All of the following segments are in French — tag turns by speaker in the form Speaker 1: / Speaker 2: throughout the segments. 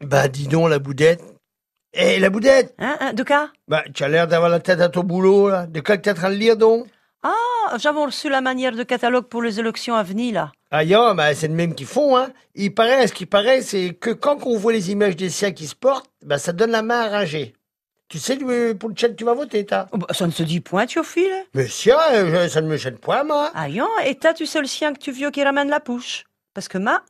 Speaker 1: Bah, dis donc, la boudette. Hé, la boudette
Speaker 2: Hein, hein, de quoi
Speaker 1: Bah, tu as l'air d'avoir la tête à ton boulot, là. De quoi que t'es en train de lire, donc
Speaker 2: Ah, j'avais reçu la manière de catalogue pour les élections à venir, là.
Speaker 1: Ah, ya, bah, c'est le même qu'ils font, hein. Il paraît, à ce qui paraît, c'est que quand on voit les images des siens qui se portent, bah, ça donne la main à ranger. Tu sais, euh, pour le chat, tu vas voter, t'as
Speaker 2: Oh, bah, ça ne se dit point, Théophile.
Speaker 1: Mais tiens, euh, je- ça ne me gêne point, moi.
Speaker 2: Ayant, et t'as-tu seul chien que tu vieux qui ramène la pouche Parce que ma,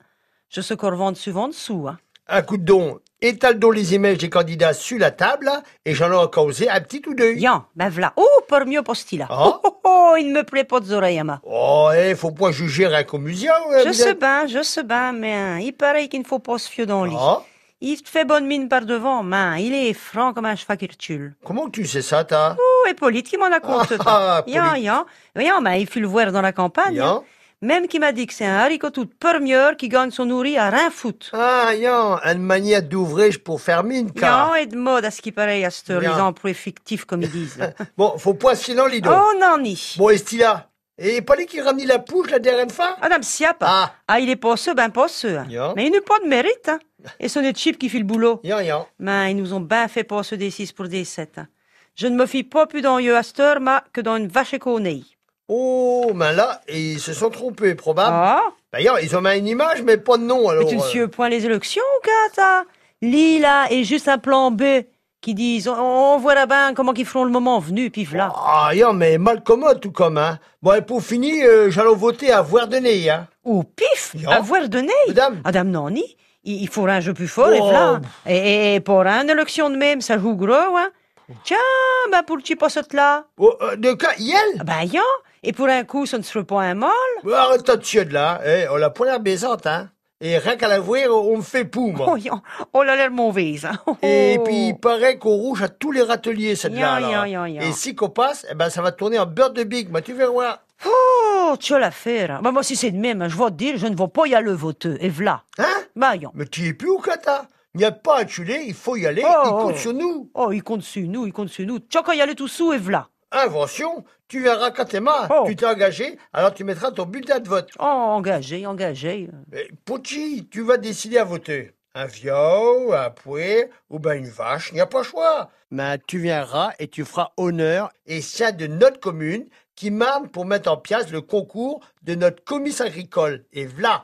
Speaker 2: je se corvente souvent dessous, hein.
Speaker 1: Un coup de don. Étale donc les images des candidats sur la table, là, et j'en ai causé un petit ou deux.
Speaker 2: Yan, ben v'là. Oh, pour mieux posti là.
Speaker 1: Ah.
Speaker 2: Oh, oh, oh, il ne me plaît pas de oreilles, hein, ma.
Speaker 1: Oh, eh, faut pas juger un euh, comusien, ouais,
Speaker 2: Je
Speaker 1: vous
Speaker 2: sais
Speaker 1: êtes-
Speaker 2: Eh, bien, je sais bien, mais hein, il paraît qu'il ne faut pas se fier dans le lit.
Speaker 1: Ah,
Speaker 2: Il te fait bonne mine par devant, mais hein, il est franc comme un cheval qui recule.
Speaker 1: comment tu sais ça, t'as
Speaker 2: Oh, et Polite qui m'en a conté.
Speaker 1: Ah,
Speaker 2: Yan,
Speaker 1: Polyte.
Speaker 2: yan. Yan, ben il fut le voir dans la campagne. hein.
Speaker 1: Yan.
Speaker 2: Même qui m'a dit que c'est un haricot tout permieur qui gagne son nourri à rien foutre.
Speaker 1: Ah, yan, une manière d'ouvrir pour faire mine, car.
Speaker 2: Yan est de mode à ce qui paraît à cette heure, les
Speaker 1: Yan.
Speaker 2: emplois fictifs comme ils disent. là.
Speaker 1: Bon, faut pas sinon, Lido.
Speaker 2: oh, non, ni.
Speaker 1: Bon, Estila. Et pas lui qui ramène la pouche la dernière fois
Speaker 2: Madame Siap,
Speaker 1: Ah.
Speaker 2: ah. il est pas ben pas ceux, hein.
Speaker 1: Yan.
Speaker 2: Mais il n'a pas de mérite. hein. Et ce n'est Chip qui fait le boulot.
Speaker 1: Yan, yan.
Speaker 2: Mais ils nous ont bien fait passer des 6 pour des 7. hein. Je ne me fie pas plus dans eux à cette heure, ma, que dans une vache éconée.
Speaker 1: Oh, mais là, ils se sont trompés, probable.
Speaker 2: Ah,
Speaker 1: Bah, yan, ils ont mis une image, mais pas de nom, alors.
Speaker 2: mais tu ne
Speaker 1: euh,
Speaker 2: suis point les élections, Kata. Lila est juste un plan B qui disent on, on verra bien comment ils feront le moment venu, puis voilà.
Speaker 1: Ah, yan, mais mal commode, tout comme, hein. Bon, et pour finir, euh, j'allais voter à voir de nez, hein.
Speaker 2: Au pif,
Speaker 1: Yan.
Speaker 2: avoir donné.
Speaker 1: Madame.
Speaker 2: Madame Nani, il, il faut un jeu plus fort, et
Speaker 1: Oh.
Speaker 2: voilà. Et, et pour une élection de même, ça joue gros, hein. Tiens, bah pour le petit là.
Speaker 1: Oh, euh, de quoi Yel
Speaker 2: Ah bah, yan. Et pour un coup, ça ne serait pas un mal. Ah.
Speaker 1: Arrête toi de chier de là. Eh, on l'a pas l'air baisante, hein. Et rien qu'à l'avouer, on me fait pou, moi.
Speaker 2: Oh, yan. Oh, elle a l'air mauvaise. hein. Oh,
Speaker 1: Et
Speaker 2: oh.
Speaker 1: puis, il paraît qu'on rouge à tous les râteliers, cette
Speaker 2: Yan,
Speaker 1: là.
Speaker 2: yan, yan, yan.
Speaker 1: Et si qu'on passe, eh ben, ça va tourner en beurre de big. Moi, tu verras.
Speaker 2: Oh, tu as l'affaire. Bah, moi, si c'est de même, je vais te dire, je ne vais pas y aller voter. Et voilà.
Speaker 1: Hein
Speaker 2: Bah, yan.
Speaker 1: Mais tu es plus ou quoi, t'as Il n'y a pas à tuer, il faut y aller,
Speaker 2: Oh,
Speaker 1: il compte
Speaker 2: oh.
Speaker 1: sur nous.
Speaker 2: Oh, il compte sur nous, il compte sur nous. Tiens, quand y aller tout sous, et voilà.
Speaker 1: Invention, tu verras quand t'es marre.
Speaker 2: Oh.
Speaker 1: Tu t'es engagé, alors tu mettras ton bulletin de vote.
Speaker 2: Oh, engagé, engagé.
Speaker 1: Eh, Pochi, tu vas décider à voter. Un viau, un pouet ou ben une vache, il n'y a pas choix. Mais Bah, tu viendras et tu feras honneur et ça de notre commune qui marne pour mettre en pièce le concours de notre commissaire agricole. Et voilà,